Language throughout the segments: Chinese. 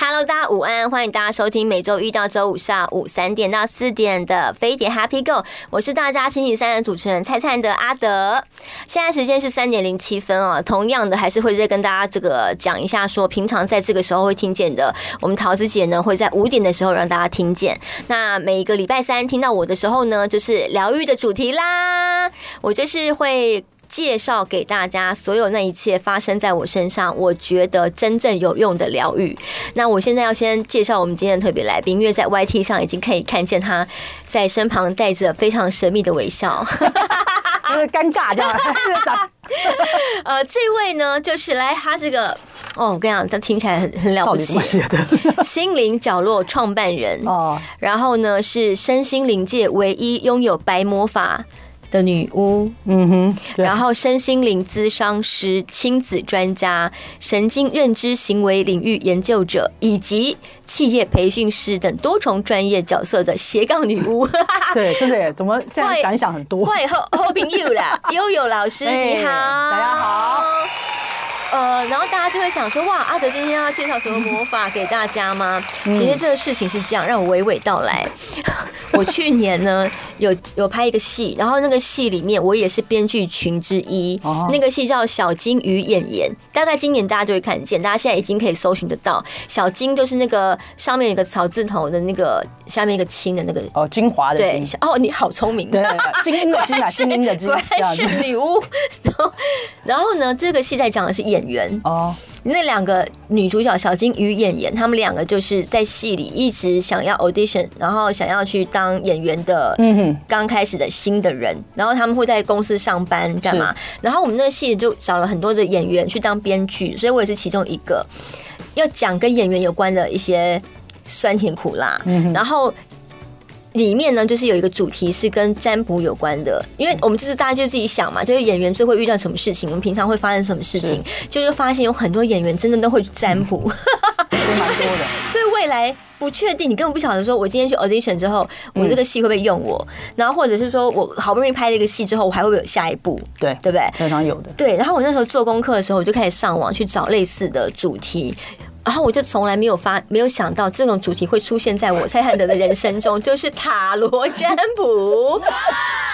Hello，大家午安，欢迎大家收听每周一到周五下午三点到四点的飞碟 Happy Go，我是大家星期三的主持人菜菜的阿德。现在时间是三点零七分哦，同样的还是会再跟大家这个讲一下说，平常在这个时候会听见的，我们桃子姐呢会在五点的时候让大家听见。那每一个礼拜三听到我的时候呢，就是疗愈的主题啦，我就是会。介绍给大家所有那一切发生在我身上，我觉得真正有用的疗愈。那我现在要先介绍我们今天的特别来宾，因为在 YT 上已经可以看见他在身旁带着非常神秘的微笑。就是尴尬这样。呃，这位呢，就是来他这个哦，我跟你讲，这听起来很很了到不底怎么起，写的？ 心灵角落创办人，哦，然后呢是身心灵界唯一拥有白魔法的女巫，嗯哼，对然后身心灵咨商师、亲子专家、神经认知行为领域研究者，以及企业培训师等多重专业角色的斜杠女巫。 对，真的耶，怎么现在会想一想很多？ 喂，后后朋友 啦，悠悠老师哎你好，大家好。呃，然后大家就会想说，哇，阿德今天要介绍什么魔法给大家吗？嗯其实这个事情是这样，让我娓娓道来。 我去年呢有有拍一个戏，然后那个戏里面我也是编剧群之一，哦那个戏叫《小金鱼演员》，大概今年大家就会看见，大家现在已经可以搜寻得到。小金就是那个上面有一个草字头的那个，下面一个青的那个哦，精华的对精，，哦，你好聪明，对对对精英的精啊，精英的精，果这然样子是。女巫。然后然后呢，这个戏在讲的是演员，哦，那两个女主角小金与演员，她们两个就是在戏里一直想要 audition，然后想要去当演员的，嗯哼，刚开始的新的人，然后他们会在公司上班干嘛？然后我们那个戏就找了很多的演员去当编剧，所以我也是其中一个。要讲跟演员有关的一些酸甜苦辣，然后。里面呢，就是有一个主题是跟占卜有关的，因为我们就是大家就自己想嘛，就是演员最会遇到什么事情，我们平常会发生什么事情，就就发现有很多演员真的都会去占卜。也蛮多的。对未来不确定，你根本不晓得说，我今天去 audition 之后，我这个戏会不会用我？然后或者是说我好不容易拍了一个戏之后，我还会不会有下一步？对，对不对？非常有的。对。然后我那时候做功课的时候，我就开始上网去找类似的主题。然后我就从来没有发，没有想到这种主题会出现在我蔡汉德的人生中，就是塔罗占 卜。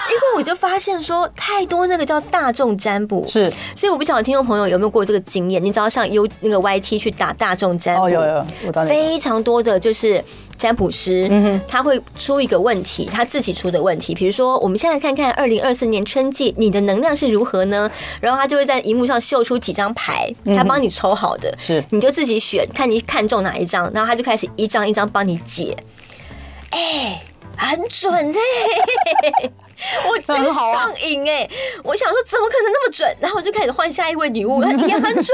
因为我就发现说，太多那个叫大众占卜，是所以我不晓得听众朋友有没有过这个经验，你只要上 U 那个 YT 去打大众占卜，哦，有有，我当你。非常多的就是占卜师，嗯哼他会出一个问题，他自己出的问题，比如说我们现在看看二零二四年春季你的能量是如何呢？然后他就会在荧幕上秀出几张牌，他帮你抽好的，嗯是你就自己选，看你看中哪一张，然后他就开始一张一张帮你解，哎、很准哎、 我真很好啊上瘾哎、我想说怎么可能那么准？然后我就开始换下一位女巫，也很 准。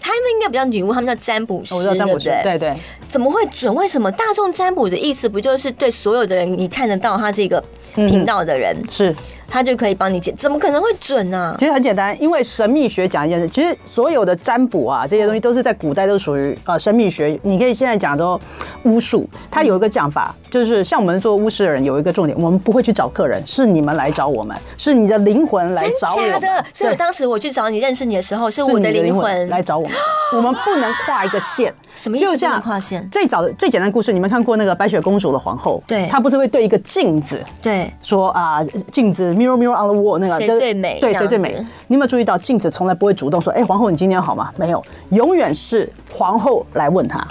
他们应该不叫女巫，他们叫占卜师，哦我知道占对卜不师对，？对对，怎么会准？为什么大众占卜的意思不就是对所有的人，你看得到他这个频道的人，是。他就可以帮你解？怎么可能会准啊呢、其实很简单，因为神秘学讲一件事，其实所有的占卜啊这些东西都是在古代都属于呃神秘学。你可以现在讲说巫术，它有一个讲法，就是像我们做巫师的人有一个重点，我们不会去找客人，是你们来找我们，是你的灵魂来找我真假们。的？所以我对当时我去找你认识你的时候，是是我你的灵魂魂来找我们，我们不能跨一个线。什么意思就像不能跨线最早的最简单的故事，你们看过那个白雪公主的皇后，对她不是会对一个镜子，对，说啊，镜子 mirror mirror on the wall 那个谁就是最美对，这样谁最美子？你有没有注意到镜子从来不会主动说，哎，皇后你今天好吗？没有，永远是皇后来问他。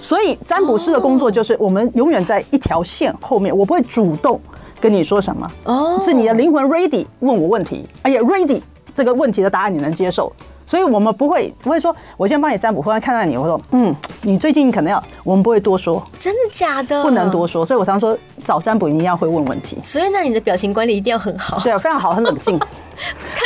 所以占卜师的工作就是，我们永远在一条线后面，我不会主动跟你说什么，哦是你的灵魂 ready 问我问题，而且 ready 这个问题的答案你能接受。所以我们不会不会说，我先帮你占卜，忽然看到你，我说，嗯，你最近可能要，我们不会多说，真的假的？不能多。说。所以我常说，找占卜一定要会问问题。所以那你的表情管理一定要很好。 对，非常好，很冷 静。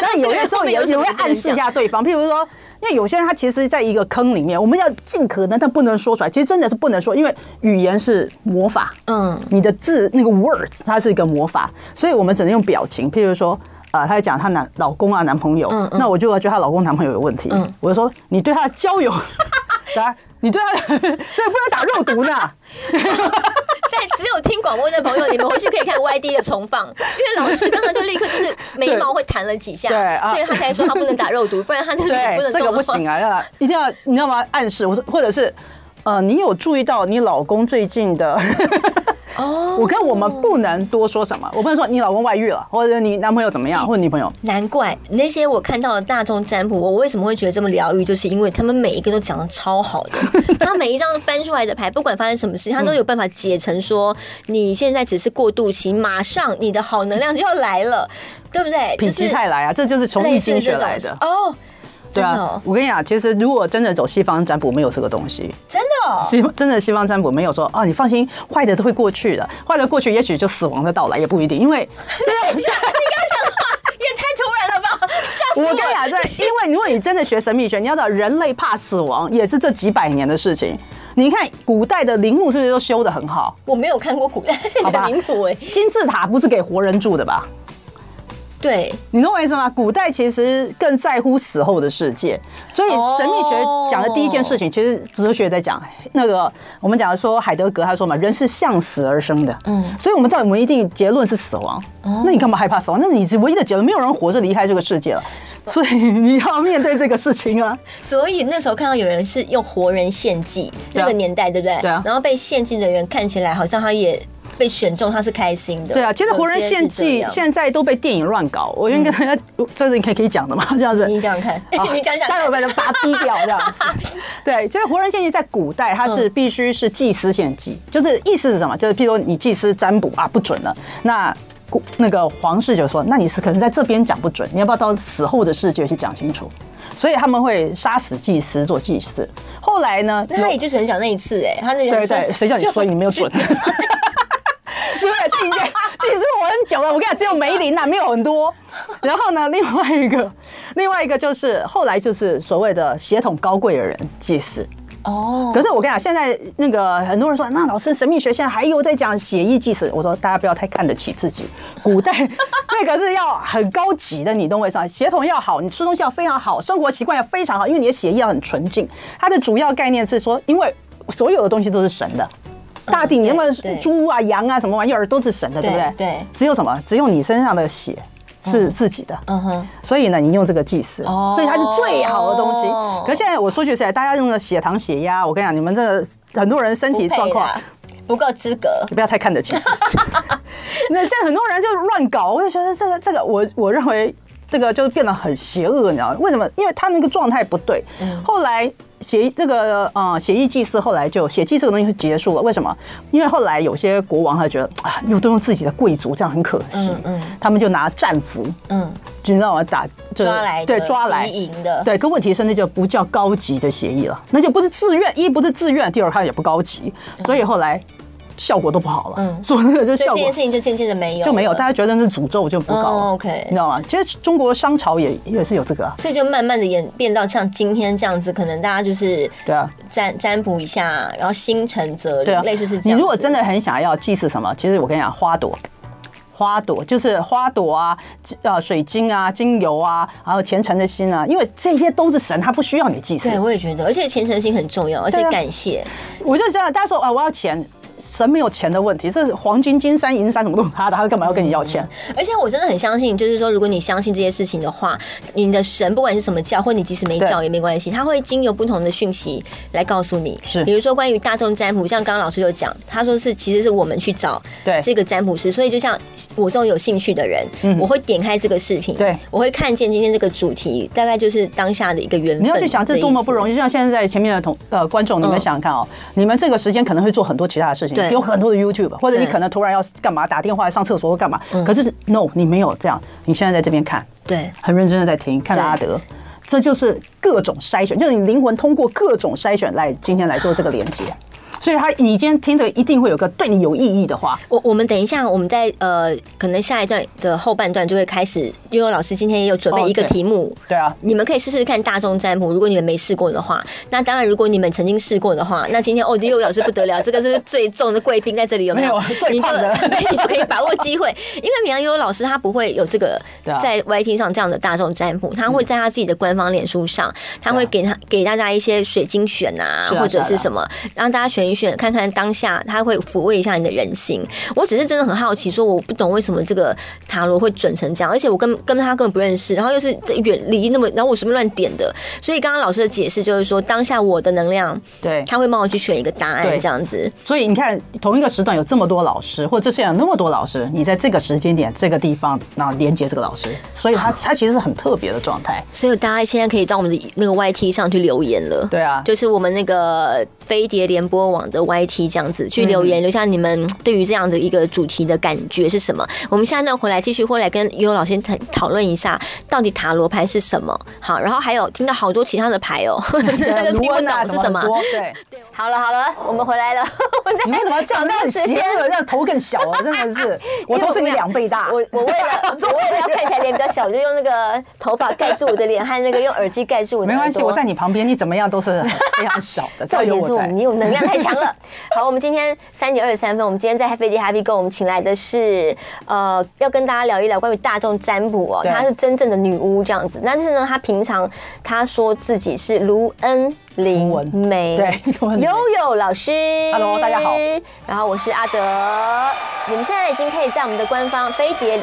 那有些时候也也会暗示一下对方，譬如说，因为有些人他其实在一个坑里面，我们要尽可能，但不能说出来。其实真的是不能说，因为语言是魔法，嗯你的字那个 word 它是一个魔法，所以我们只能用表情，譬如说。啊、她在讲她男老公啊，男朋友，嗯嗯那我就觉得她老公男朋友有问题，嗯我就说你对他的 交友， 啊，你对 他，所以不能打肉毒呢，在只有听广播的朋友，你们回去可以看 YD 的重放，因为老师刚刚就立刻就是眉毛会弹了几下，对啊所以他才 说他不能打肉毒，不然他就不能动对，这个的不啊话行啊，要一定要你知道吗？暗示我说，或者是呃，你有注意到你老公最近的 哦我跟我们不能多说什么，我不能说你老公外遇了，或者你男朋友怎么样，或者女朋友。难怪那些我看到的大众占卜，我为什么会觉得这么疗愈，就是因为他们每一个都讲的超好 的，他每一张翻出来的牌，不管发生什么事，他都有办法解成说你现在只是过渡期，马上你的好能量就要来了，对不对？品吉泰来啊，这就是从易类似经这学种来的，哦，对真的啊哦。，我跟你讲，其实如果真的走西方占卜，没有这个东西。真的 哦，西真的西方占卜没有说哦，你放心，坏的都会过去的，坏的过去，也许就死亡的到来也不一定，因为对，啊你刚才讲的话也太突然了吧，吓死 我啊我跟你讲，这因为如果你真的学神秘学，你要知道人类怕死亡也是这几百年的事情。你看古代的陵墓是不是都修得很好？我没有看过古代好的吧名谱哎，金字塔不是给活人住的吧？对，你懂我意思吗？古代其实更在乎死后的世界，所以神秘学讲的第一件事情，其实哲学在讲那个我们讲说海德格他说嘛，人是向死而生的，嗯，所以我们知道我们一定结论是死亡，那你干嘛害怕死亡？那你唯一的结论，没有人活着离开这个世界了，所以你要面对这个事情啊。所以那时候看到有人是用活人献祭，对那啊个年代对不对？对啊然后被献祭的人看起来好像他也被选中，他是开心的。对啊，其实活人有献祭些是这样嗯现在都被电影乱搞，我应该 这是你可以可以讲的嘛，这样 子。你讲讲看，好 你讲讲待看会。被人扒逼掉这样 子。对，就是活人献祭在古代，它嗯是必须是祭司献祭，就是意思是什么？就是譬如说你祭司占卜啊不准了，那。古那个皇室就说：“那你是可能在这边讲不准，你要不要到死后的世界去讲清楚？”所以他们会杀死祭司做祭祀。后来呢？那他也就只能讲那一次哎、他那个对对，谁叫你说衰，你没有准。对不 对？自己在自己是我很久了，我跟你讲，只有梅林呐、啊没有很多。然后呢，另外一个，另外一个就是后来就是所谓的血统高贵的人祭祀。哦，可是我跟你讲，现在那个很多人说，那老师神秘学现在还有在讲血意祭祀。我说大家不要太看得起自己，古代那个是要很高级的，你懂我意思吗？血统要好，你吃东西要非常好，生活习惯要非常好，因为你的血液要很纯净。它的主要概念是说，因为所有的东西都是神的。大地，你那么嗯对对猪啊、羊啊，什么玩意儿都是神的，对不对对？对只有什么？只有你身上的血是自己的。 嗯哼，所以呢，你用这个祭祀，哦所以它是最好的东西。可是现在我说句实在，大家用的血糖、血压，我跟你讲，你们这个很多人身体不状配况，啦，不够资格。你不要太看得起 自己。那现在很多人就乱搞，我就觉得这个这个，我我认为这个就变得很邪恶，你知道吗？为什么？因为他们那个状态不对。嗯后来协这个呃协议祭祀，后来就血祭这个东西就结束了。为什么？因为后来有些国王他觉得啊，又都用自己的贵族，这样很可惜。嗯嗯他们就拿战俘，嗯，你知道吗？打就是抓来的对抓来敌营的对。可问题是那就不叫高级的协议了，那就不是自愿，一不是自愿，第二它也不高级，所以后来效果都不好了。嗯嗯，所以那个就所以效这果件事情就渐渐的没有了，就没有，大家觉得那是诅咒就不高嗯了。哦，OK 你知道吗？其实中国商朝也也是有这个、啊，所以就慢慢的演变到像今天这样子，可能大家就是对啊。占占卜一下，然后心诚则对灵啊，，类似是这样子。你如果真的很想要祭祀什么，其实我跟你讲，花朵。花朵就是花朵啊，呃，水晶啊，精油啊，还有虔诚的心啊，因为这些都是神，他不需要你祭祀。对，我也觉得，而且虔诚心很重要，而且对啊感谢。我就知道，大家说啊，我要钱，神没有钱的问题，这是黄金、金山、银山什么都是他的，他干嘛要跟你要钱？而且我真的很相信，就是说，如果你相信这些事情的话，你的神不管是什么教，或你即使没教对也没关系，他会经由不同的讯息来告诉你。是比如说关于大众占卜，像刚刚老师有讲，他说是其实是我们去找对嗯这个占卜师，所以就像我这种有兴趣的人，我会点开这个视频，对我会看见今天这个主题，大概就是当下的一个缘分。你要去想，这多么不容易。易！就像现在前面的同呃观众，你们想想看哦，你们这个时间可能会做很多其他的事情对，有很多的 YouTube，或者你对可能突然要干嘛，打电话、上厕所或干嘛。可是 No，你没有这样，你现在在这边看，对，很认真的在听，看对着阿德。这就是各种筛选，就是你灵魂通过各种筛选来今天来做这个连接，所以他你今天听这个一定会有个对你有意义的话，我我们等一下，我们在呃，可能下一段的后半段就会开始。悠悠老师今天也有准备哦一个对题目，对啊，你们可以试试看大众占卜，如果你们没试过的话，那当然，如果你们曾经试过的话，那今天哦，悠悠老师不得了，这个是最重的贵宾在这里，有没有？没有最你就胖 的你就可以把握机会，因为平常悠悠老师他不会有这个对啊嗯啊在 YT 上这样的大众占卜，他会在他自己的官方脸书上，他会给他给大家一些水晶选啊，是啊或者是是啊什么，让大家选一选，看看当下它会抚慰一下你的人心。我只是真的很好奇，说我不懂为什么这个塔罗会准成这样，而且我跟跟他根本不认识，然后又是远离那么，然后我随便乱点的，所以刚刚老师的解释就是说，当下我的能量，对，他会帮我去选一个答案对这样子。所以你看，同一个时段有这么多老师，或者这世界上有那么多老师，你在这个时间点、这个地方，然后连接这个老师，所以它它其实是很特别的状态。所以大家现在可以到我们的那个 YT 上去留言了。对啊就是我们那个飞碟联播网的 YT 这样子去留嗯言，留下你们对于这样的一个主题的感觉是什么。我们下一段回来继续会来跟悠悠老师谈讨论一下，到底塔罗牌是什么。好，然后还有听到好多其他的牌 哦，真的听卢不恩啊，懂什是什么么很。多对，好了好了，我们回来了。我们在你为什么要这样？那很邪时间恶，那头更小啊，真的是， 我头是你两倍大。我我为了 我为了要看起来脸比较小，我就用那个头发盖住我的脸，和那个用耳机盖住我的没耳朵。关系，我在你旁边，你怎么样都是非常小 的。只要重有点是我我在们，你有能量太强了。好，我们今天三点二十三分，我们今天在飞碟 Happy Go，我们请来的是呃，要跟大家聊一聊关于大众占卜哦，对她是真正的女巫这样子。但是呢，她平常她说自己是卢恩林卢恩梅，对卢恩林悠悠老师 Hello，大家好。然后我是阿德，你们现在已经可以在我们的官方飞碟。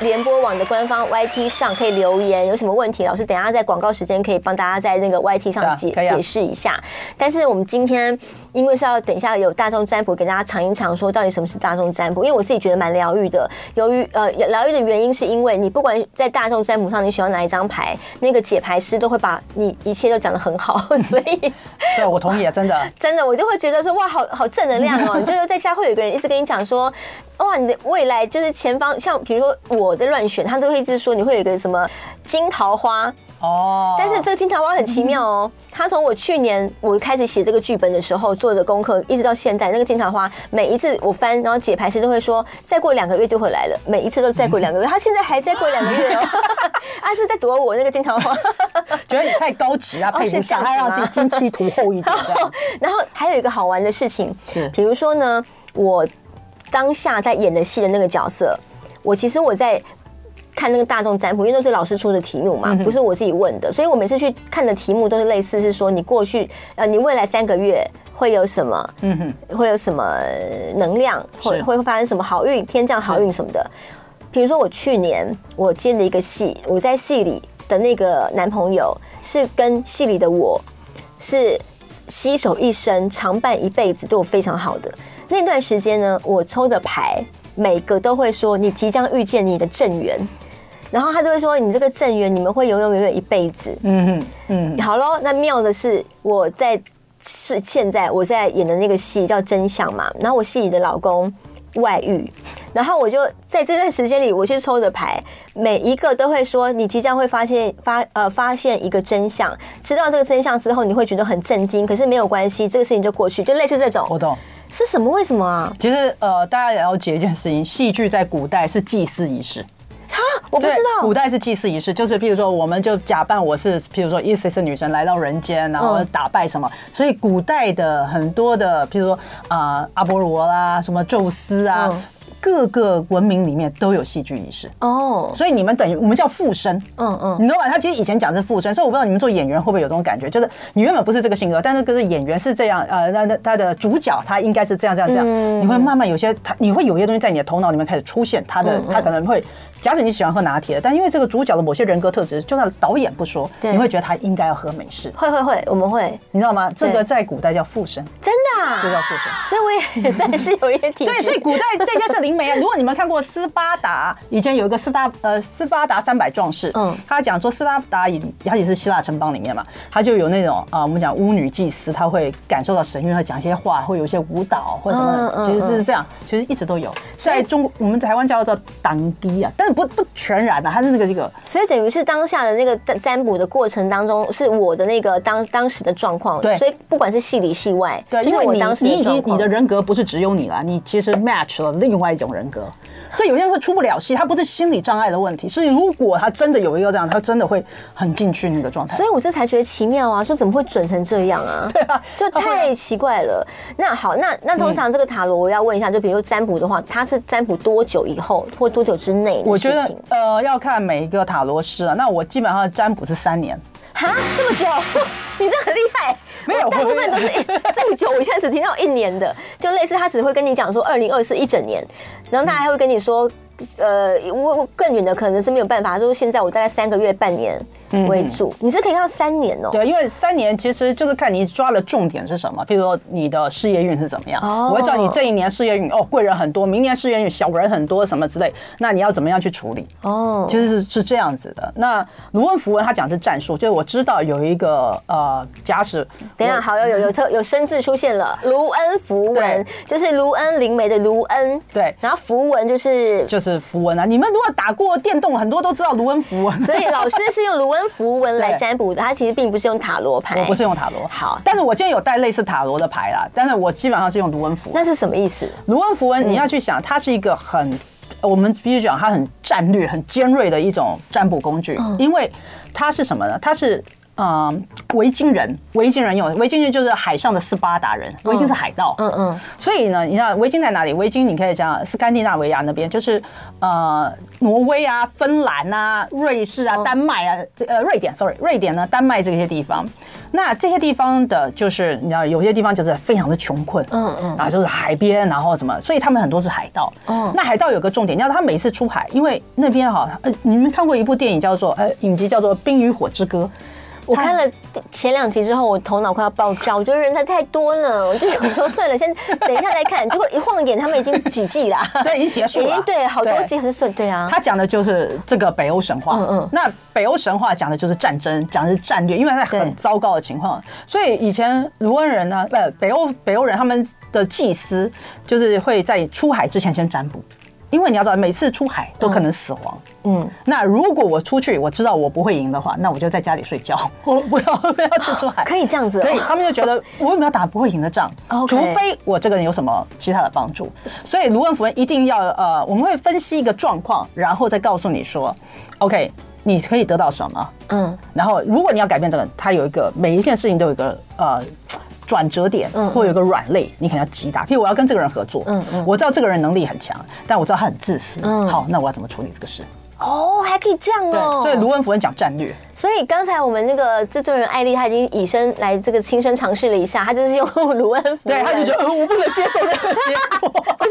联播网的官方 YT 上可以留言，有什么问题，老师等一下在广告时间可以帮大家在那个 YT 对上啊解、可以啊解释一下。但是我们今天因为是要等一下有大众占卜，给大家尝一尝，说到底什么是大众占卜，因为我自己觉得蛮疗愈的。由于呃疗愈的原因，是因为你不管在大众占卜上你选到哪一张牌，那个解牌师都会把你一切都讲得很好， 所以对我同意啊，真的。真的，我就会觉得说哇，好好正能量哦！就是在家会有一个人一直跟你讲说，哇，你的未来就是前方，像比如说我在乱选，他都会一直说你会有一个什么金桃花，哦，但是这个金桃花很奇妙哦，它从我去年我开始写这个剧本的时候做的功课，一直到现在，那个金桃花每一次我翻，然后解牌师都会说，再过两个月就会来了，每一次都再过两个月，他现在还再过两个月哦，他是在躲我那个金桃花。觉得你太高级啊，哦配不是这样上，子他让自己精气图厚一点这样。 然后还有一个好玩的事情是，比如说呢，我当下在演的戏的那个角色，我其实我在。看那个大众占卜，因为都是老师出的题目嘛，不是我自己问的，所以我每次去看的题目都是类似，是说你过去呃，你未来三个月会有什么， 嗯哼，会有什么能量，会是会发生什么好运、天降好运什么的。比如说我去年我接了一个戏，我在戏里的那个男朋友是跟戏里的我是携手一生、常伴一辈子，对我非常好的。那段时间呢，我抽的牌每个都会说你即将遇见你的正缘，然后他都会说你这个正缘你们会永永远远一辈子。嗯哼，嗯，好喽，那妙的是我在是现在我在演的那个戏叫《真相》嘛，然后我戏里的老公外遇，然后我就在这段时间里，我去抽的牌，每一个都会说你即将会发现发呃发现一个真相，知道这个真相之后，你会觉得很震惊，可是没有关系，这个事情就过去，就类似这种我懂。是什么？为什么啊？其实呃，大家也了解一件事情，戏剧在古代是祭祀仪式。啊，我不对，知道古，代是祭祀仪式，就是譬如说，我们就假扮我是，譬如说伊斯是女神来到人间，然后嗯打败什么，所以古代的很多的，譬如说呃阿波罗啦，什么宙斯啊，嗯各个文明里面都有戏剧仪式，哦，所以你们等于我们叫附身。嗯嗯，你懂吧？他其实以前讲是附身，所以我不知道你们做演员会不会有这种感觉，就是你原本不是这个性格，但是可是演员是这样，呃，那那他的主角他应该是这样这样这样，嗯你会慢慢有些他你会有些东西在你的头脑里面开始出现，他嗯的、他可能会。假使你喜欢喝拿铁，但因为这个主角的某些人格特质，就算导演不说，对你会觉得他应该要喝美式，会会会，我们会你知道吗？这对个在古代叫附身，真的、啊就，叫附身。所以我也算是有一点体对，质所以古代这件事灵媒啊，如 果你们看过斯巴达，以前有一个斯巴呃斯巴达三百壮士，嗯嗯，他讲说斯巴达也他也是希腊城邦里面嘛，他就有那种啊、呃我们讲巫女祭司，他会感受到神韵，会讲一些话，会有一些舞蹈或者什嗯嗯么，其实是这样，其实一直都有。在中国，我们台湾叫做党基啊，但是不不全然的、啊，它是那个这个所以等于是当下的那个占卜的过程当中，是我的那个当当时的状况。对所以不管是戏里戏外，对，就是因为我你当时你的已状经你况的。人格不是只有你了，你其实 match 了另外一种人格，所以有些人会出不了戏，他不是心理障碍的问题，是如果他真的有一个这样，他真的会很进去那个状态所。以我这才觉得奇妙啊，说怎么会准成这样 啊？对啊就太奇怪了。那好，那那通常这个塔罗我要问一下，就比如说占卜的话，它是占卜多久以后或多久之内的我事觉得情？呃要看每一个塔罗师啊，那我基本上占卜是三年，哈，这么久， 你这很厉害。没有我大部分都是一 最久，我现在只听到一年的，就类似他只会跟你讲说二零二四一整年，然后他还会跟你说。呃，我我更远的可能是没有办法，就是现在我大概三个月、半年嗯为主，你是可以看到三年哦、对，因为三年其实就是看你抓的重点是什么，譬如说你的事业运是怎么样。哦我会叫你这一年事业运哦，贵人很多，明年事业运小人很多什么之类，那你要怎么样去处理？哦，其实是是这样子的。那卢问符文他讲是战术，就是我知道有一个呃，假使等一下，我好，有有有特有生字出现了，卢恩符文对就是卢恩灵媒的卢恩，对然后符文就是，就是符文啊，你们如果打过电动，很多都知道卢恩符文，所以老师是用卢恩符文来 对占卜的，他其实并不是用塔罗牌，我不是，用塔罗。好但是我今天有带类似塔罗的牌啦，但是我基本上是用卢恩符文。那是什么意思？卢恩符文，你要去想，它是一个很，我们必须讲它很战略、很尖锐的一种占卜工具，嗯因为它是什么呢？它是。嗯，维京人，维京人用的维京人就是海上的斯巴达人，维京是海盗，嗯嗯，所以呢，你看维京在哪里？维京你可以讲斯堪的纳维亚那边，就是呃挪威啊、芬兰啊、瑞士哦啊、丹麦啊，这呃瑞典，sorry，瑞典呢、丹麦这些地方。那这些地方的，就是你知道，有些地方就是非常的穷困，嗯嗯然后就是海边，然后什么，所以他们很多是海盗。哦那海盗有个重点，你知道他每次出海，因为那边哈，呃，你们看过一部电影叫做呃影集叫做《冰与火之歌》，我看了前两集之后，我头脑快要爆炸，我觉得人才太多了，我就想说算了，先等一下再看。结果一晃眼，他们已经几季啦，对，已经 结束已了经，对好多对集很顺，对啊，他讲的就是这个北欧神话。嗯嗯那北欧神话讲的就是战争，讲的是战略，因为在对很糟糕的情况，所以以前卢恩人呢、呃，北欧北欧人他们的祭司就是会在出海之前先占卜，因为你要知道，每次出海都可能死亡。嗯，那如果我出去，我知道我不会赢的话，那我就在家里睡觉， 我不要不要去出海。可以这样子哦可以，他们就觉得我为什么要打不会赢的仗 OK 除非我这个人有什么其他的帮助。所以卢恩符文一定要呃，我们会分析一个状况，然后再告诉你说，OK，你可以得到什么。 嗯，然后如果你要改变这个，它有一个每一件事情都有一个呃。转折点，或有一个软肋，你可能要击打。譬如我要跟这个人合作，嗯嗯我知道这个人能力很强，但我知道他很自私。嗯好，那我要怎么处理这个事？哦，还可以这样对，哦，所以卢恩符文讲战略，所以刚才我们那个制作人艾丽，她已经以身来这个亲身尝试了一下，她就是用 卢恩符文，对，他就觉得呃，我不能接受这个结果。 不是，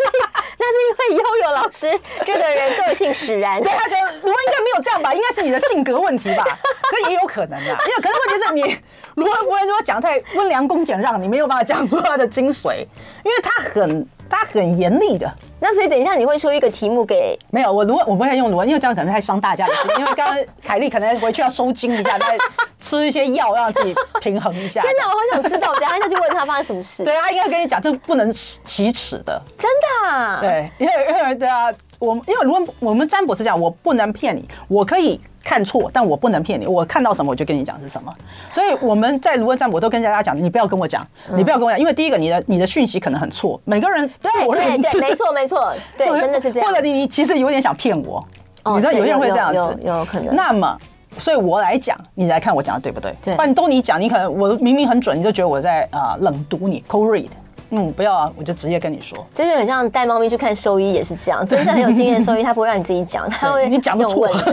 那是因为悠悠老师这个人个性使然。对他觉得卢恩应该没有这样吧，应该是你的性格问题吧，这也有可能啊。因为可是问题是你卢恩夫人如果讲太温良恭俭让，你没有办法讲出他的精髓，因为他很他很严厉的。 那所以等一下你会出一个题目给没有，我卢恩我不会用卢恩，因为这样可能太伤大家的心。因为刚刚凯莉可能回去要收精一下，再吃一些药让自己平衡一下。天哪，我好想知道，我等一下就去问他发生什么事。对他应该跟你讲，这不能启齿的。真的啊、对，因为因为对啊，我们因为如果我们占卜是这样，我不能骗你，我可以看错，但我不能骗你，我看到什么我就跟你讲是什么。嗯所以我们在卢恩占卜都跟大家讲，你不要跟我讲，你不要跟我讲，因为第一个你的你的讯息可能很错，每个人自 我对认对知对，没错没错， 对，真的是这样或。者你你其实有点想骗我，哦你知道对有些人会这样有子，有有有可能那么。所以我来讲，你来看我讲的对不对？对不然都你讲，你可能我明明很准，你就觉得我在啊冷读你，cold read。嗯，不要啊，我就直接跟你说。这就很像带猫咪去看兽医也是这样，真正很有经验的兽医他不会让你自己 讲，他会你讲得用错问的，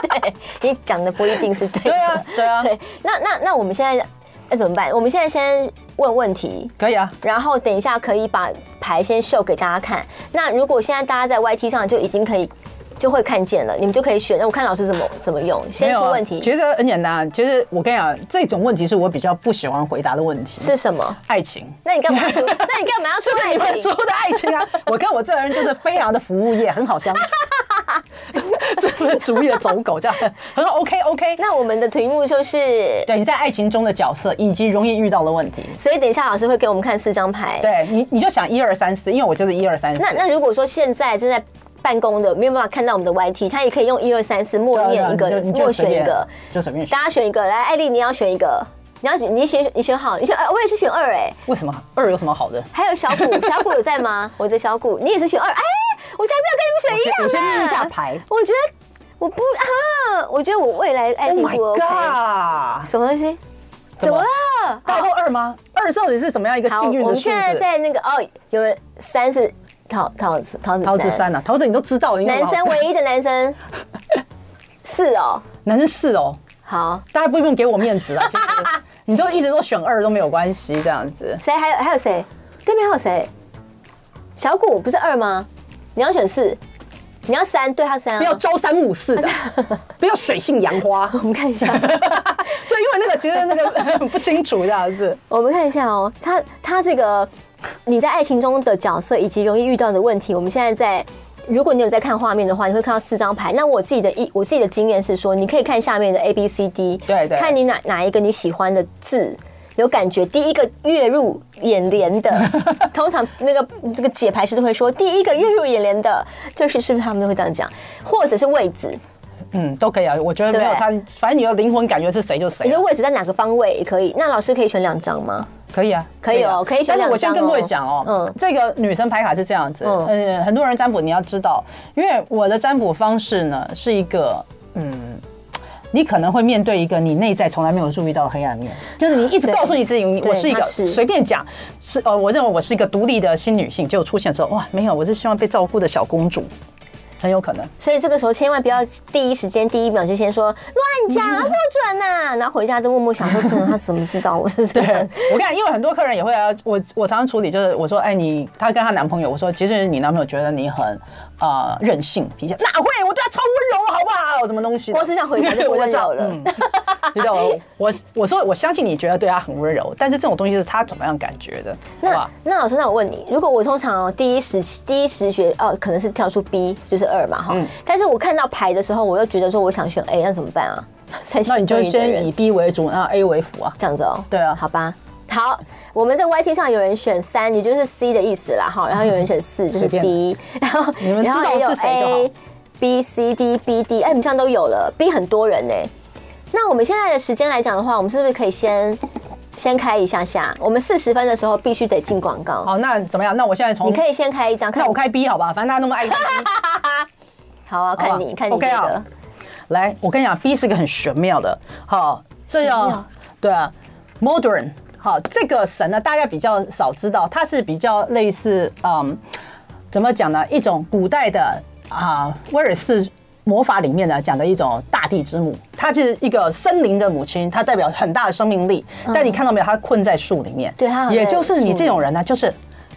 对你讲的不一定是对的。对啊对啊对，那那那我们现在那怎么办？我们现在先问问题，可以啊，然后等一下可以把牌先秀给大家看。那如果现在大家在 YT 上就已经可以就会看见了，你们就可以选。那我看老师怎么怎么用，先没有出啊问题其实很简单，其实我跟你讲，这种问题是我比较不喜欢回答的问题。是什么？爱情，那你干嘛出？ 那你干嘛要出你爱们说情？的爱 情啊！我跟我这个人就是非常的服务业，很好相处，资本主义的走狗这样，很好。OK OK，那我们的题目就是，对你在爱情中的角色以及容易遇到的问题，所以等一下老师会给我们看四张牌。对你你就想一二三四，因为我就是一二三四。那那如果说现在正在办公的没有办法看到我们的 YT，他也可以用一二三四默对啊念一个你就，你就默随选便一个，就随便选。大家选一个。来，艾丽，你要选一个，你要选，你选你选好，你选二，我也是选二哎、为什么二有什么好的？还有小 谷，小谷有在吗？我的小谷，你也是选二，哎，我才不要跟你们选一样呢啊我先念一下牌。我觉得我不啊，我觉得我未来爱 Oh 情不 my OK。 god！什么东西？怎怎么么了？大家都二吗？二到底是怎么样一个好，幸运我的们数字？现在在那个哦，有人三是桃桃子桃子桃子三，三啊，桃 子你都知道，你有什么男好生唯一的男生是哦，男生四哦，好，大家不用给我面子啊，其实你都一直都选二都没有关系，这样子。谁还有还有谁？对面还有谁？小谷不是二吗？你要选四，你要三，对他三、啊。不要朝三暮四的，不要水性杨花。 我们看一下，就因为那个其实那个 不清楚这样子。我们看一下哦，他他这个你在爱情中的角色以及容易遇到的问题，我们现在在。如果你有在看画面的话，你会看到四张牌。那我自己的一我自己的经验是说，你可以看下面的 A B C D，对对看你哪哪一个你喜欢的字有感觉，第一个跃入眼帘 的，通常那个这个解牌师都会说，第一个跃入眼帘的，就是是不是他们都会这样讲，或者是位置，嗯，都可以啊，我觉得没有差，反正你的灵魂感觉是谁就谁你啊、的位置在哪个方位也可以。那老师可以选两张吗？可以啊，可以哦啊可以选但是两我先张跟各位哦讲哦，嗯嗯，这个女生牌卡是这样子，嗯嗯，很多人占卜你要知道，因为我的占卜方式呢是一个，嗯。你可能会面对一个你内在从来没有注意到的黑暗面，就是你一直对告诉你自己，对我是一个她是随便讲，是呃，我认为我是一个独立的新女性，结果出现之后，哇，没有，我是希望被照顾的小公主，很有可能。所以这个时候千万不要第一时间、第一秒就先说乱讲啊，不准 呐、然后回家就默默想说，真的他怎么知道我是什对么样？， 我跟你讲，因为很多客人也会啊，我我常常处理就是我说，哎，你她跟她男朋友，我说其实你男朋友觉得你很呃任性脾气，哪会？我对他超温柔，好不好？什么东西的？光是这样回 答就不温柔了我知道嗯你懂我我我说我相信你觉得对他很温柔，但是这种东西是他怎么样感觉的，好 那吧？那老师，那我问你，如果我通常哦第一时第一时觉哦，可能是跳出 B 就是二嘛嗯哈，但是我看到牌的时候，我又觉得说我想选 A，那怎么办啊？ 三心那你就二意的人先以 B 为主，那 A 为辅啊。这样子哦、对啊好吧。好，我们在 YT 上有人选三，也就是 C 的意思啦，哈。然后有人选四，就是嗯随便 D，然后你们知然道后也有是谁就好 A、B、C、D、B、D，哎，我们这样都有了，B 很多人呢、那我们现在的时间来讲的话，我们是不是可以先先开一下下？我们四十分的时候必须得进广告，好，那怎么样？那我现在从你可以先开一张，那看我开 B 好吧，反正大家那么爱看 B。好啊，看你好吧看你觉 OK 啊得，来，我跟你讲，B 是个很玄妙的，好，这玄个妙对啊，modern，好，这个神呢，大家比较少知道，它是比较类似，嗯，怎么讲呢？一种古代的啊，威尔士魔法里面呢讲的一种大地之母，它是一个森林的母亲，它代表很大的生命力。但你看到没有？它困在树里面，嗯对它好像也就是你这种人呢，就是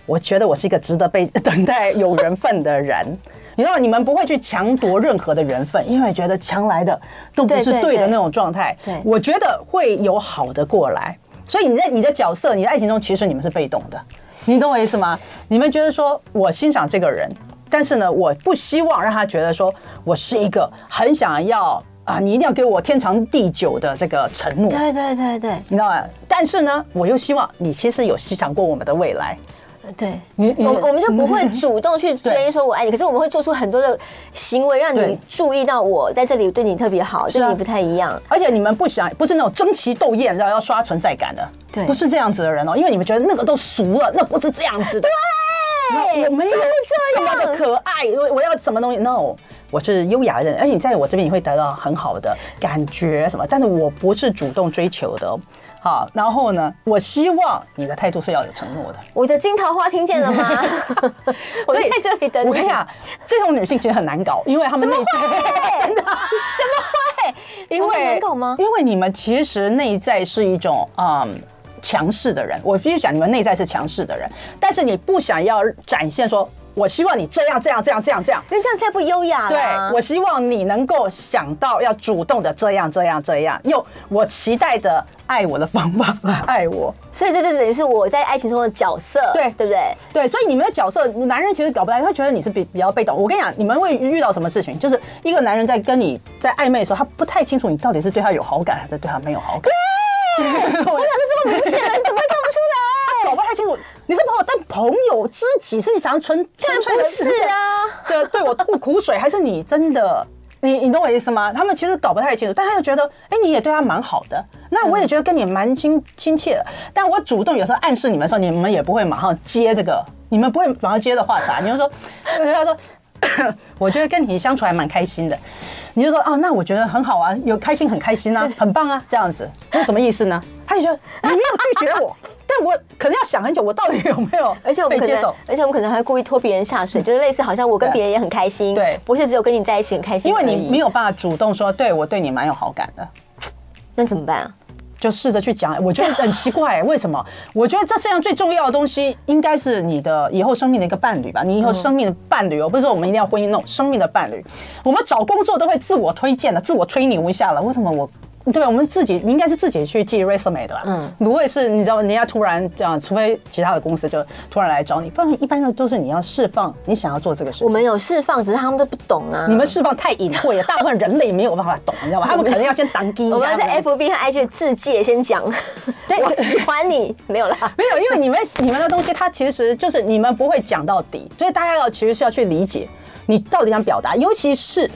我觉得我是一个值得被等待有缘分的人。 你知道，你们不会去强夺任何的缘分，因为觉得强来的都不对是对对的对那种状态。对我觉得会有好的过来。所以你在你的角色，你的爱情中，其实你们是被动的，你懂我意思吗？你们觉得说我欣赏这个人，但是呢，我不希望让他觉得说我是一个很想要啊，你一定要给我天长地久的这个承诺。对对对对你知道吗？但是呢，我又希望你其实有想过我们的未来。对。你你我我们就不嗯会主动去追说“我爱你”，可是我们会做出很多的行为，让你对注意到我在这里对你特别好，啊跟你不太一样。而且你们不想不是那种争奇斗艳，然后要刷存在感的，对不是这样子的人哦，因为你们觉得那个都俗了，那不是这样子的。对哎我没有这么的可爱，我我要什么东西？No，我是优雅的人，而且你在我这边你会得到很好的感觉什么，但是我不是主动追求的哦。好，然后呢，我希望你的态度是要有承诺的。我的金桃花听见了 吗？ 我所以在这里等你。我跟你讲，这种女性其实很难搞，因为她们内在 真的。对，因我们为难搞吗？因为你们其实内在是一种嗯。强势的人，我必须讲，你们内在是强势的人，但是你不想要展现说，我希望你这样这样这样这样这样，因为这样太不优雅对了。我希望你能够想到要主动的这样这样这样，用我期待的爱我的方法来爱我。所以这就等于是我在爱情中的角色，对对不对？对，所以你们的角色，男人其实搞不来，他觉得你是比比较被动。我跟你讲，你们会遇到什么事情？就是一个男人在跟你在暧昧的时候，他不太清楚你到底是对他有好感，还是对他没有好感。 哎我想这么明显了，你怎么会看不出来？ 搞不太清楚，你是把我当朋友、知己，是你想要纯纯粹但的不是啊，对，对我吐苦水，还是你真的？你你懂我意思吗？他们其实搞不太清楚，但他又觉得，哎、你也对他蛮好的，那我也觉得跟你蛮亲亲切的。但我主动有时候暗示你们的时候，你们也不会马上接这个，你们不会马上接的话啥，你就说，他说。 我觉得跟你相处还蛮开心的，你就说哦，那我觉得很好啊，有开心很开 心啊，很棒啊，这样子，那什么意思呢？他就觉得你没有拒绝我，但我可能要想很久，我到底有没有而且我被们可接能受？，而且我们可能还故意拖别人下 水，就是类似好像我跟别人也很开心，对不是只有跟你在一起很开心因而为已，你没有办法主动说，对我对你蛮有好感的。那怎么办啊？就试着去讲，我觉得很奇怪、为什么？ 我觉得这世界上最重要的东西应该是你的以后生命的一个伴侣吧，你以后生命的伴侣，而哦不是说我们一定要婚姻那种生命的伴侣。我们找工作都会自我推荐的，自我吹牛一下了，为什么我？对，我们自己你应该是自己去寄 resume 的吧，嗯，不会是你知道人家突然这样，除非其他的公司就突然来找你，不然一般的都是你要释放你想要做这个事情。我们有释放，只是他们都不懂啊。你们释放太隐晦了，大部分人类没有办法懂，你知道 吗？他们可能要先当机一下。我们要在 FB 和 IG 自介先讲，对我喜欢你，没有啦。没有，因为你们你们的东西，它其实就是你们不会讲到底，所以大家要其实是要去理解你到底想表达，尤其是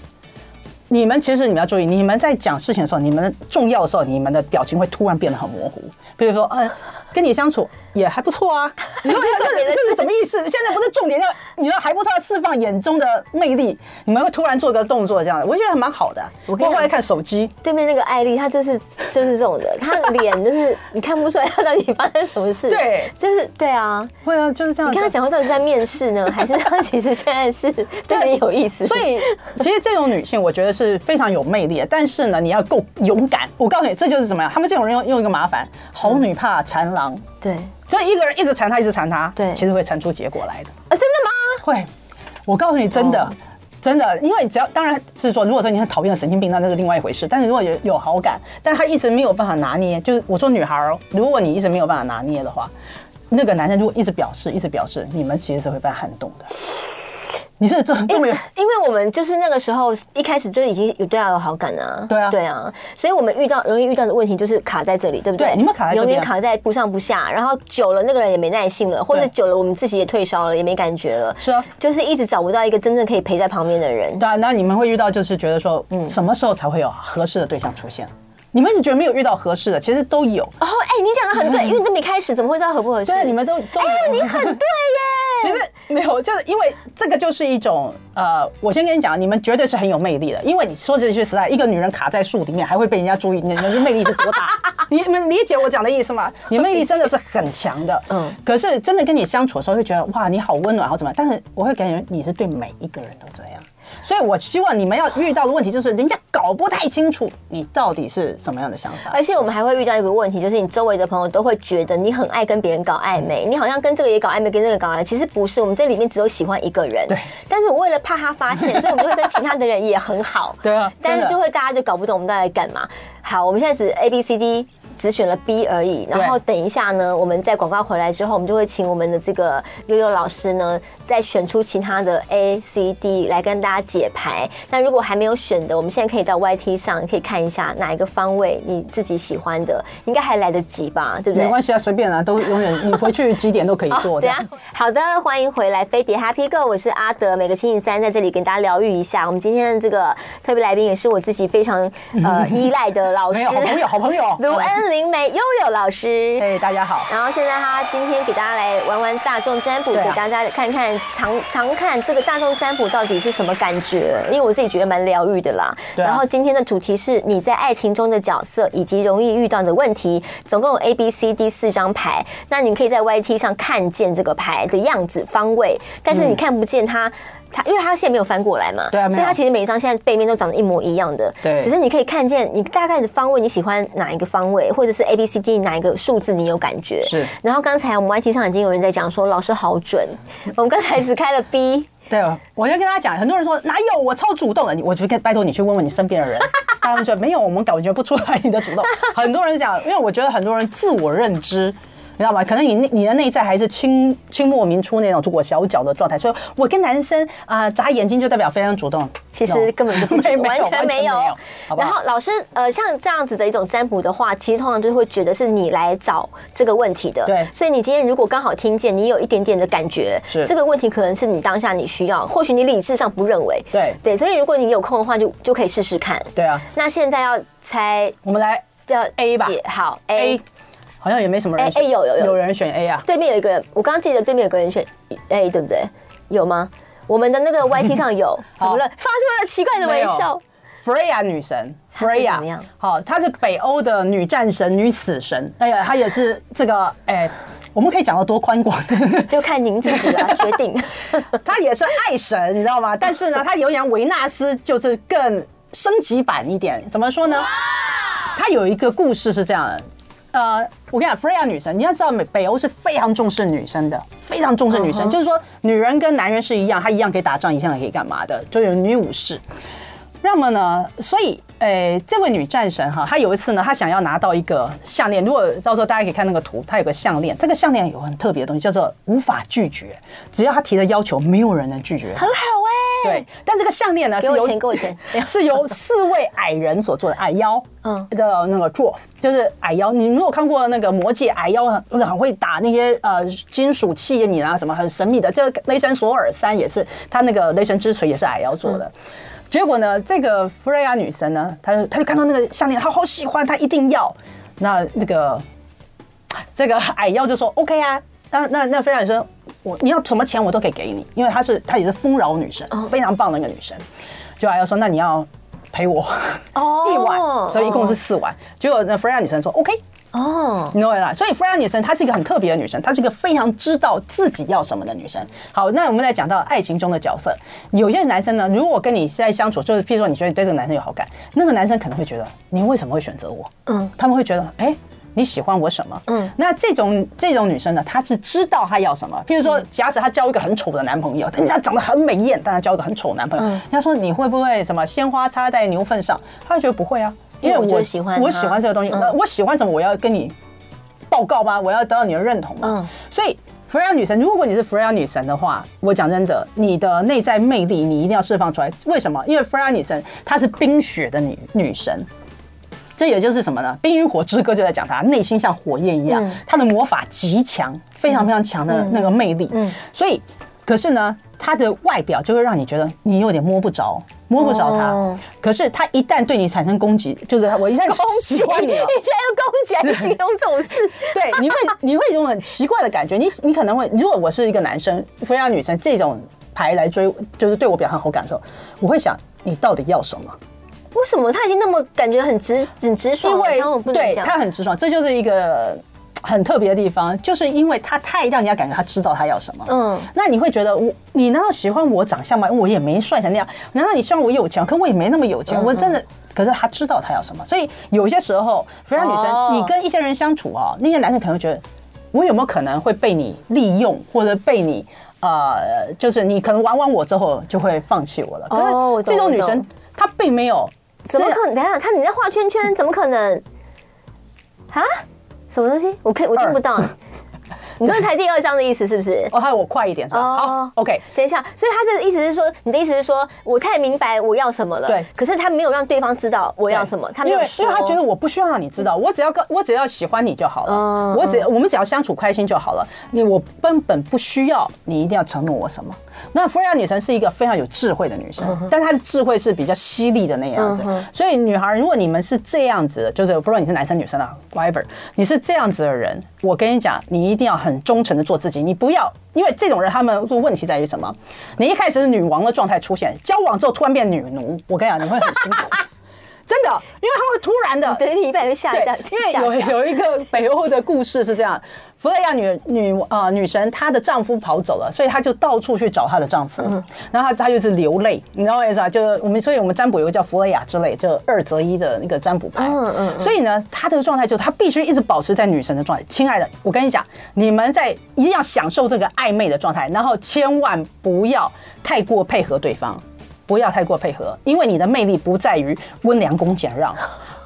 你们其实你们要注意，你们在讲事情的时候，你们重要的时候，你们的表情会突然变得很模糊。比如说， 呃，跟你相处也还不错啊，你说这是这是什么意思？现在不是重点要，你说还不错，要释放眼中的魅力，你们会突然做个动作这样的，我觉得还蛮好的啊。我我跟你讲后来看手机，对面那个艾丽，她就是就是这种的，她脸就是你看不出来她到底发生什么事。对就是对啊。会啊，就是这样你子看她。讲话到底是在面试呢，还是她其实现在是对你有意思？所以，其实这种女性，我觉得是非常有魅力的。但是呢，你要够勇敢。我告诉你，这就是什么呀？他们这种人用用一个麻烦，好女怕缠郎，对啊所以一个人一直缠她，一直缠她，对其实会缠出结果来的。啊，真的吗？会，我告诉你，真的。哦真的，因为只要当然是说，如果说你很讨厌神经病，那就是另外一回事。但是如果有有好感，但他一直没有办法拿捏，就是我说女孩儿哦，如果你一直没有办法拿捏的话，那个男生如果一直表示，一直表示，你们其实是会被撼动的。你是这都没有因为我们就是那个时候一开始就已经有对他有好感啊，对啊对啊，所以我们遇到容易遇到的问题就是卡在这里，对不对？对你们卡在这边啊永远卡在不上不下，然后久了那个人也没耐性了，或者对久了我们自己也退烧了，也没感觉了，是啊就是一直找不到一个真正可以陪在旁边的人。对啊，那你们会遇到就是觉得说，嗯什么时候才会有合适的对象出现？你们一直觉得没有遇到合适的，其实都有。哦，哎、你讲的很 对，因为你都没开始，怎么会知道合不合适？哎对，你们都都有。你很对耶，其实 没有，就是因为这个就是一种呃，我先跟你讲，你们绝对是很有魅力的，因为你说这句实在，一个女人卡在树里面还会被人家注意，你们的魅力是多 大？你们理解我讲的意思吗？你魅力真的是很强的，嗯嗯。可是真的跟你相处的时候，会觉得哇，你好温暖，好啊怎么样？但是我会感觉你是对每一个人都这样，所以我希望你们要遇到的问题就是，人家搞不太清楚你到底是什么样的想法。而且我们还会遇到一个问题，就是你周围的朋友都会觉得你很爱跟别人搞暧昧，你好像跟这个也搞暧昧，跟那个搞暧昧，其实不是。我们这里面只有喜欢一个人，对。但是我为了怕他发 现，所以我们就会跟其他的人也很好，对啊但是真的就会大家就搞不懂我们到底在干嘛。好，我们现在只 A B C D。只选了 B 而已，然后等一下呢，我们在广告回来之后，我们就会请我们的这个悠悠老师呢，再选出其他的 A、C、D 来跟大家解牌。那如果还没有选的，我们现在可以到 YT 上可以看一下哪一个方位你自己喜欢的，应该还来得及吧，对不对？没关系啊，随便啊，都永远你回去几点都可以做 哦的。对啊，好的，欢迎回来，飞碟 Happy Go，我是阿德，每个星期三在这里跟大家疗愈一下。我们今天的这个特别来宾也是我自己非 常呃依赖的老没师，有好朋友，好朋友，啊卢 恩林梅悠悠老师。哎，大家好。然后现在他今天给大家来玩玩大众占卜，对啊给大家看看常常看这个大众占卜到底是什么感觉，因为我自己觉得蛮疗愈的啦。对啊然后今天的主题是你在爱情中的角色以及容易遇到的问题，总共有 A、B、C、D 四张牌，那你可以在 YT 上看见这个牌的样子方位，但是你看不见它。它，因为它现在没有翻过来嘛，嗯对啊没有所以它其实每一张现在背面都长得一模一样的，对只是你可以看见你大概的方位，你喜欢哪一个方位，或者是 A、B、C、D 哪一个数字你有感觉，是然后刚才我们 YT 上已经有人在讲说老师好准，我们刚才只开了 B，对，我就跟大家讲，很多人说哪有我超主动的，你我就跟拜托你去问问你身 边的人，他们说没有，我们感觉不出来你的主动。很多人讲，因为我觉得很多人自我认知。你知道吗？可能你内你的内在还是清清末明初那种裹小脚的状态，所以我跟男生啊、眨眼睛就代表非常主动。其实 No 根本就不 没有完全没有完全没有。好不好然后老师，呃，像这样子的一种占卜的话，其实通常就会觉得是你来找这个问题的。对所以你今天如果刚好听见，你有一点点的感觉，是这个问题可能是你当下你需要，或许你理智上不认为。对对，所以如果你有空的话就，就可以试试看。对啊，那现在要猜我们来要 A 吧解好 A，, A，好像也没什么人 A- 选 A 哎有有有有人选 A 啊，对面有一个人，我刚刚记得对面有个人选 A，对不对？有吗？我们的那个 YT 上有，怎么了？发出了奇怪的微笑。 Freya 女神她是怎么，Freya，样好，她是北欧的女战神、女死神。哎呀，她也是这个，哎，我们可以讲到多宽广，就看您自己了，决定。 她也是爱神，你知道吗？但是呢，她有点维纳斯，就是更升级版一点。怎么说呢？它有一个故事是这样的。呃，我跟你讲，Freya 女神，你要知道美北欧是非常重视女生的，非常重视女生就是说女人跟男人是一样，她一样可以打仗，一样可以干嘛的，就有女武士。那么呢，所以，诶、这位女战神哈，她有一次呢，她想要拿到一个项链。如果到时候大家可以看那个图，她有个项链，这个项链有很特别的东西，叫做无法拒绝。只要她提的要求，没有人能拒绝她。很好哎、对，但这个项链呢，给是我由钱给我钱 是 由四位矮人所做的矮腰，嗯嗯，的那个做就是矮腰。你如果看过那个魔界矮腰，很不是很会打那些呃金属器皿啊什么很神秘的，这个雷神索尔三也是，他那个雷神之锤也是矮腰做的。嗯结果呢，这个弗瑞亚女神呢，她就她就看到那个项链，她好喜欢，她一定要。那那个这个矮腰就说 OK 啊，那那那菲亚女神，我你要什么钱我都可以给你，因为她是她也是丰饶女神，非常棒的一个女神。就矮腰说，那你要陪我哦 一晚，所以一共是四晚。结果那菲亚女神说 OK，哦，你懂我意思吧？所以弗拉女神她是一个很特别的女神，她是一个非常知道自己要什么的女生。好，那我们再讲到爱情中的角色，有些男生呢，如果跟你现在相处，就是譬如说你觉得你对这个男生有好感，那个男生可能会觉得你为什么会选择我？嗯嗯，他们会觉得哎。你喜欢我什么？嗯嗯，那这种这种女生呢，她是知道她要什么。譬如说，假使她交一个很丑的男朋友，但是她长得很美艳，但她交一个很丑的男朋友，嗯人家说你会不会什么鲜花插在牛粪上？她会觉得不会啊，因为我就喜欢我他喜欢这个东西，呃嗯我我喜欢什么，我要跟你报告吗？我要得到你的认同吗？嗯所以。弗瑞亚女神，如果你是弗瑞亚女神的话，我讲真的，你的内在魅力你一定要释放出来。为什么？因为弗瑞亚女神她是冰雪的女女神，这也就是什么呢？《冰与火之歌》就在讲她内心像火焰一样，嗯她的魔法极强，非常非常强的那个魅力。嗯所以，可是呢，她的外表就会让你觉得你有点摸不着，摸不着她。哦可是她一旦对你产生攻击，就是她我一旦喜欢你了，你居然用 攻击来形容这种事，啊 对，你会你会有一种很奇怪的感觉，你你可能会，如果我是一个男生，非要女生这种牌来追，就是对我表现好感受，我会想你到底要什么？啊为什么他已经那么感觉很直很直爽因了，为然后我不能对讲，他很直爽，这就是一个很特别的地方，就是因为他太让人家感觉他知道他要什么。嗯嗯，那你会觉得我，你难道喜欢我长相吗？我也没帅成那样。难道你希望我有钱？可我也没那么有嗯钱，我真的。可是他知道他要什么，所以有些时候，非常女生，哦你跟一些人相处啊，那些男生可能会觉得，我有没有可能会被你利用，或者被你呃，就是你可能玩完我之后就会放弃我了。可哦我是懂这种我女生懂，她并没有怎么这样可能？等一下他你在画圈圈，怎么可 能？啊？什么东西？我可以我听不 到。你说才第二章的意思是不是？哦，还有我快一点是吧？哦好，OK，等一下，所以他的意思是说，你的意思是说，我太明白我要什么了。对可是他没有让对方知道我我要什么，他没因有为说。因为他觉得我不需要让你知道，我只要跟我只要喜欢你就好嗯了，我只我们只要相处开心就好了，你我根本不需要你一定要承诺我什么。那弗瑞亚女神是一个非常有智慧的女生，但她的智慧是比较犀利的那样子嗯，哼所以女孩，如果你们是这样子的，就是不论你是男生女生啊，whatever，你是这样子的人，我跟你讲，你一定要很忠诚的做自己，你不要因为这种人他们的问题在于什么？你一开始是女王的状态出现，交往之后突然变女奴，我跟你讲，你会很辛苦。真的，因为他会突然的，等你一半会吓一跳，对，吓因为吓有有一个北欧的故事是这样，弗雷亚女女啊、呃女神，她的丈夫跑走了，所以她就到处去找她的丈夫，嗯然后她她就是流泪，你知道我意思啊？就是我们，所以我们占卜有个叫弗雷亚之泪，就二择一的那个占卜牌，嗯嗯嗯嗯，所以呢，她的状态就是她必须一直保持在女神的状态。亲爱的，我跟你讲，你们在一定要享受这个暧昧的状态，然后千万不要太过配合对方。不要太过配合，因为你的魅力不在于温良恭俭 让，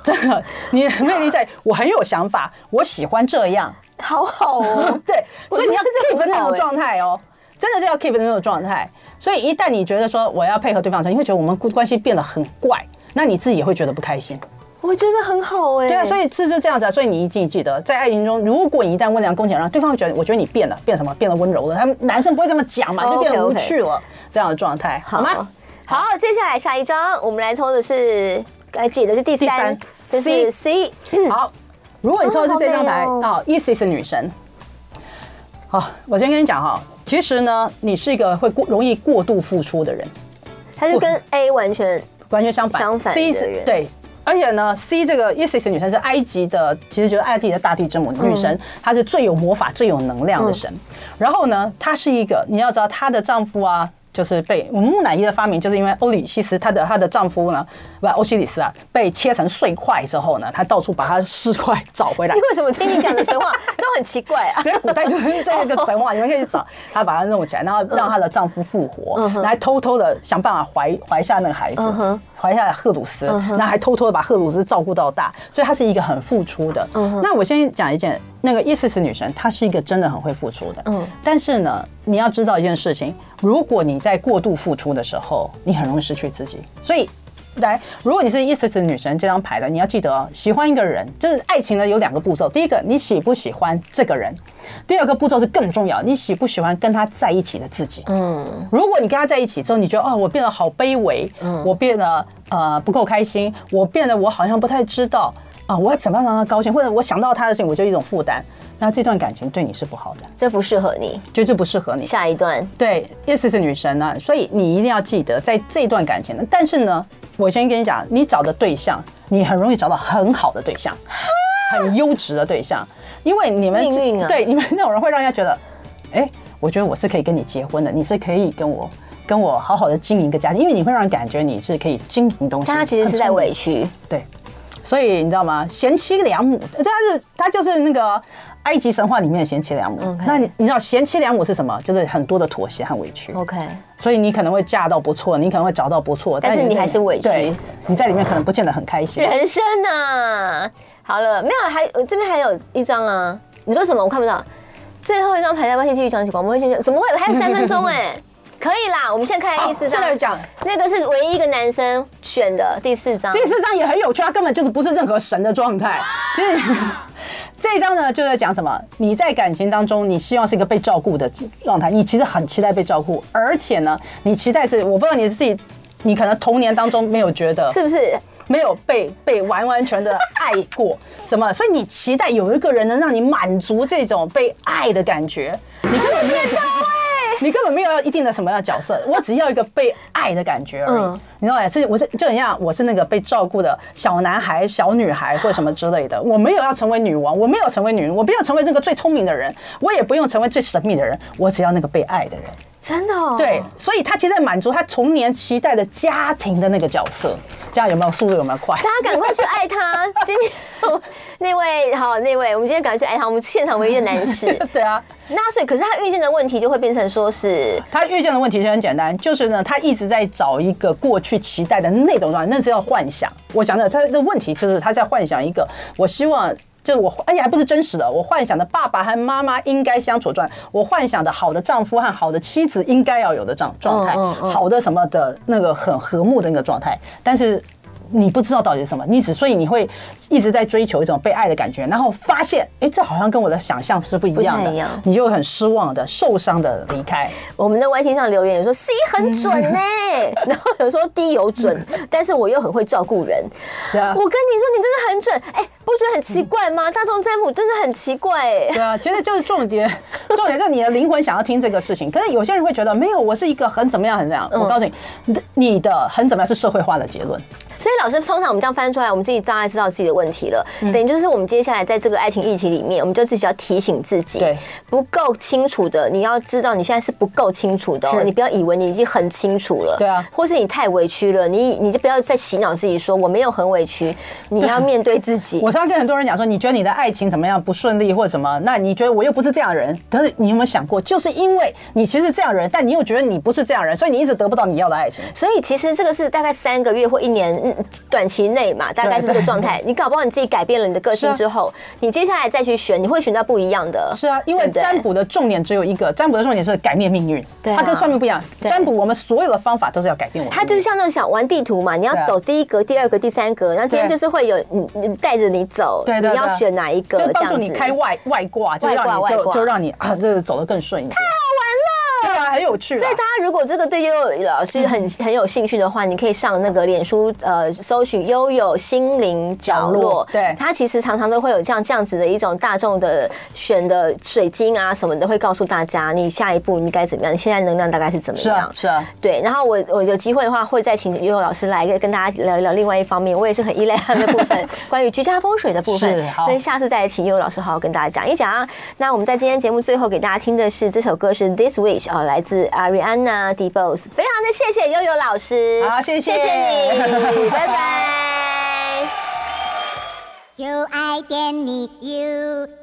真的，你的魅力在我很有想法，我喜欢这样，。好好哦对，所以你要我觉得 keep 这很好那种欸状态哦，真的是要 keep 那种状态。所以一旦你觉得说我要配合对方的时候，你会觉得我们关系变得很怪，那你自己也会觉得不开心。我觉得很好哎、对啊，所以是就这样子啊。所以你一定记得，在爱情中，如果你一旦温良恭俭让，对方会觉得，我觉得你变了，变什么？变得温柔了。他们男生不会这么讲嘛，哦就变得无 OK，OK 趣了，这样的状态，好吗？好，接下来下一张，我们来抽的是，该记得是第三，第就三是 C。好，如果你抽的是这张牌，啊嗯好美哦哦，Isis 女神。好，我先跟你讲哈，其实呢，你是一个会过容易过度付出的人，它就跟 A 完全完全相反。相反的 C 是人对。而且呢，C 这个 Isis 女神是埃及的，其实就是埃及的大地之母女嗯神，她是最有魔法、最有能量的神。然后呢，她是一个，你要知道她的丈夫啊，就是被我们木乃伊的发明，就是因为欧里西斯她的她的丈夫呢，不欧西里斯啊被切成碎块之后呢，他到处把它尸块找回来你。为什么听你讲的 神话都很奇怪啊？在古代就是这样一个神话，你们可以去找。她把它弄起来，然后让她的丈夫复活，然后还偷偷的想办法怀怀下那个孩子，怀下赫鲁斯，然后还偷偷的把赫鲁斯照顾到大，所以她是一个很付出的。那我先讲一件，那个伊斯斯女神，她是一个真的很会付出的。嗯，但是呢，你要知道一件事情，如果你在过度付出的时候，你很容易失去自己，所以。来，如果你是一时子女神这张牌的，你要记得哦，喜欢一个人就是爱情呢有两个步骤，第一个你喜不喜欢这个人，第二个步骤是更重要，你喜不喜欢跟他在一起的自己。嗯，如果你跟他在一起之后，你觉得哦，我变得好卑微，我变得呃不够开心，我变得我好像不太知道啊、我要怎么样让他高兴，或者我想到他的事情我就一种负担，那这段感情对你是不好的，这不适合你。就是不适合你。下一段，对，yes 是女神呢、所以你一定要记得，在这段感情呢，但是呢，我先跟你讲，你找的对象，你很容易找到很好的对象，很优质的对象，因为你们命运啊对你们那种人会让人家觉得，哎，我觉得我是可以跟你结婚的，你是可以跟我跟我好好的经营一个家庭，因为你会让人感觉你是可以经营东西。但他其实是在委屈。对，所以你知道吗？贤妻良母，呃他是他就是那个埃及神话里面的贤妻良母。 OK 那你你知道贤妻良母是什么？就是很多的妥协和委屈。 OK，所以你可能会嫁到不错，你可能会找到不错，但是你还是委屈对，你在里面可能不见得很 开心。人生呐、好了，没有，还我这边还有一张啊。你说什么？我看不到。最后一张牌，要不要先继续讲起广播会先讲？怎么会？还有三分钟哎、 可以啦。我们现在看第四张好现，在哦讲那个是唯一一个男生选的第四张。第四章也很有趣，它根本就是不是任何神的状态，就是。 这一章呢，就在讲什么？你在感情当中，你希望是一个被照顾的状态，你其实很期待被照顾，而且呢，你期待是，我不知道你自己，你可能童年当中没有觉得是不是？没有被被完完全的爱过，什么？所以你期待有一个人能让你满足这种被爱的感觉，你根本没有觉得。你根本没有要一定的什么样的角色，我只要一个被爱的感觉而已。嗯你知道吗？是我是就很像我是那个被照顾的小男孩、小女孩或什么之类的。我没有要成为女王，我没有成为女人，我没有成为那个最聪明的人，我也不用成为最神秘的人，我只要那个被爱的人。真的、哦？对，所以他其实在满足他童年期待的家庭的那个角色。这样有没有速度？有没有快？大家赶快去爱他！今天 那位好，那位我们今天赶快去爱他，我们现场唯一的男士。对啊，那所以，可是他遇见的问题就会变成说是他遇见的问题其实很简单，就是呢，他一直在找一个过去期待的那种状态，那是要幻想。我讲的他的问题就是他在幻想一个，我希望。就是我，而且还不是真实的。我幻想的爸爸和妈妈应该相处状态，我幻想的好的丈夫和好的妻子应该要有的状状态，嗯嗯嗯好的什么的那个很和睦的那个状态。但是你不知道到底是什么，你只所以你会一直在追求一种被爱的感觉，然后发现，哎，这好像跟我的想象是不一样不的，太一样你就很失望的、受伤的离开。我们在 YT 上留言有说 C 很准呢、 然后有说 D 有准，但是我又很会照顾人。 对啊我跟你说，你真的很准，哎、不觉得很奇怪吗？大众占卜真的很奇怪、哎，对啊，其实就是 重点，重点就是你的灵魂想要听这个事情。可是有些人会觉得，没有，我是一个很怎么样，很怎么样。嗯我告诉你，你的你的很怎么样是社会化的结论。所以老师，通常我们这样翻出来，我们自己大概知道自己的问题了。嗯等于就是我们接下来在这个爱情议题里面，我们就自己要提醒自己，对，不够清楚的，你要知道你现在是不够清楚的、哦，是你不要以为你已经很清楚了，对啊或是你太委屈了，你你就不要再洗脑自己说我没有很委屈，你要面对自己。 我常常跟很多人讲说，你觉得你的爱情怎么样不顺利或者什么？那你觉得我又不是这样的人？可是你有没有想过，就是因为你其实这样的人，但你又觉得你不是这样的人，所以你一直得不到你要的爱情。所以其实这个是大概三个月或一年嗯短期内嘛，大概是这个状 态。你搞不好你自己改变了你的个性是啊之后，你接下来再去选，你会选到不一样的。是啊，因为对不对占卜的重点只有一个，占卜的重点是改变命运，对啊它跟算命不一样。对占卜我们所有的方法都是要改变我们的它命运。就是像那种想玩地图嘛，你要对啊走第一格、第二格、第三格，然后今天对就是会有你你带着你走，对对对你要选哪一格，就帮助你这样子开外外挂，就让外你挂外就挂就让你啊，这个走得更顺一点。太好玩了，对啊，很有趣啊。所以大家如果这个对悠悠老师嗯很很有兴趣的话，你可以上那个脸书呃搜寻“悠悠心灵角角落落”，对它其实常常都会有这样这样子的一种大众的选的水晶啊什么的，会告诉大家你下一步你该怎么样，你现在能量大概是怎么是啊样。是啊，对，然后我我有机会的话，会再请悠悠老师来跟大家聊一聊另外一方面，我也是很依赖他的部 分，关于居家风水的部分是，好所以下次再请悠悠老师好好跟大家讲一讲。那我们在今天节目最后给大家听的是这首歌是《This Wish》啊，来自 Ariana DeBose，非常的谢谢悠悠老师，好谢谢啊谢谢你，拜拜。就爱点你 UFO。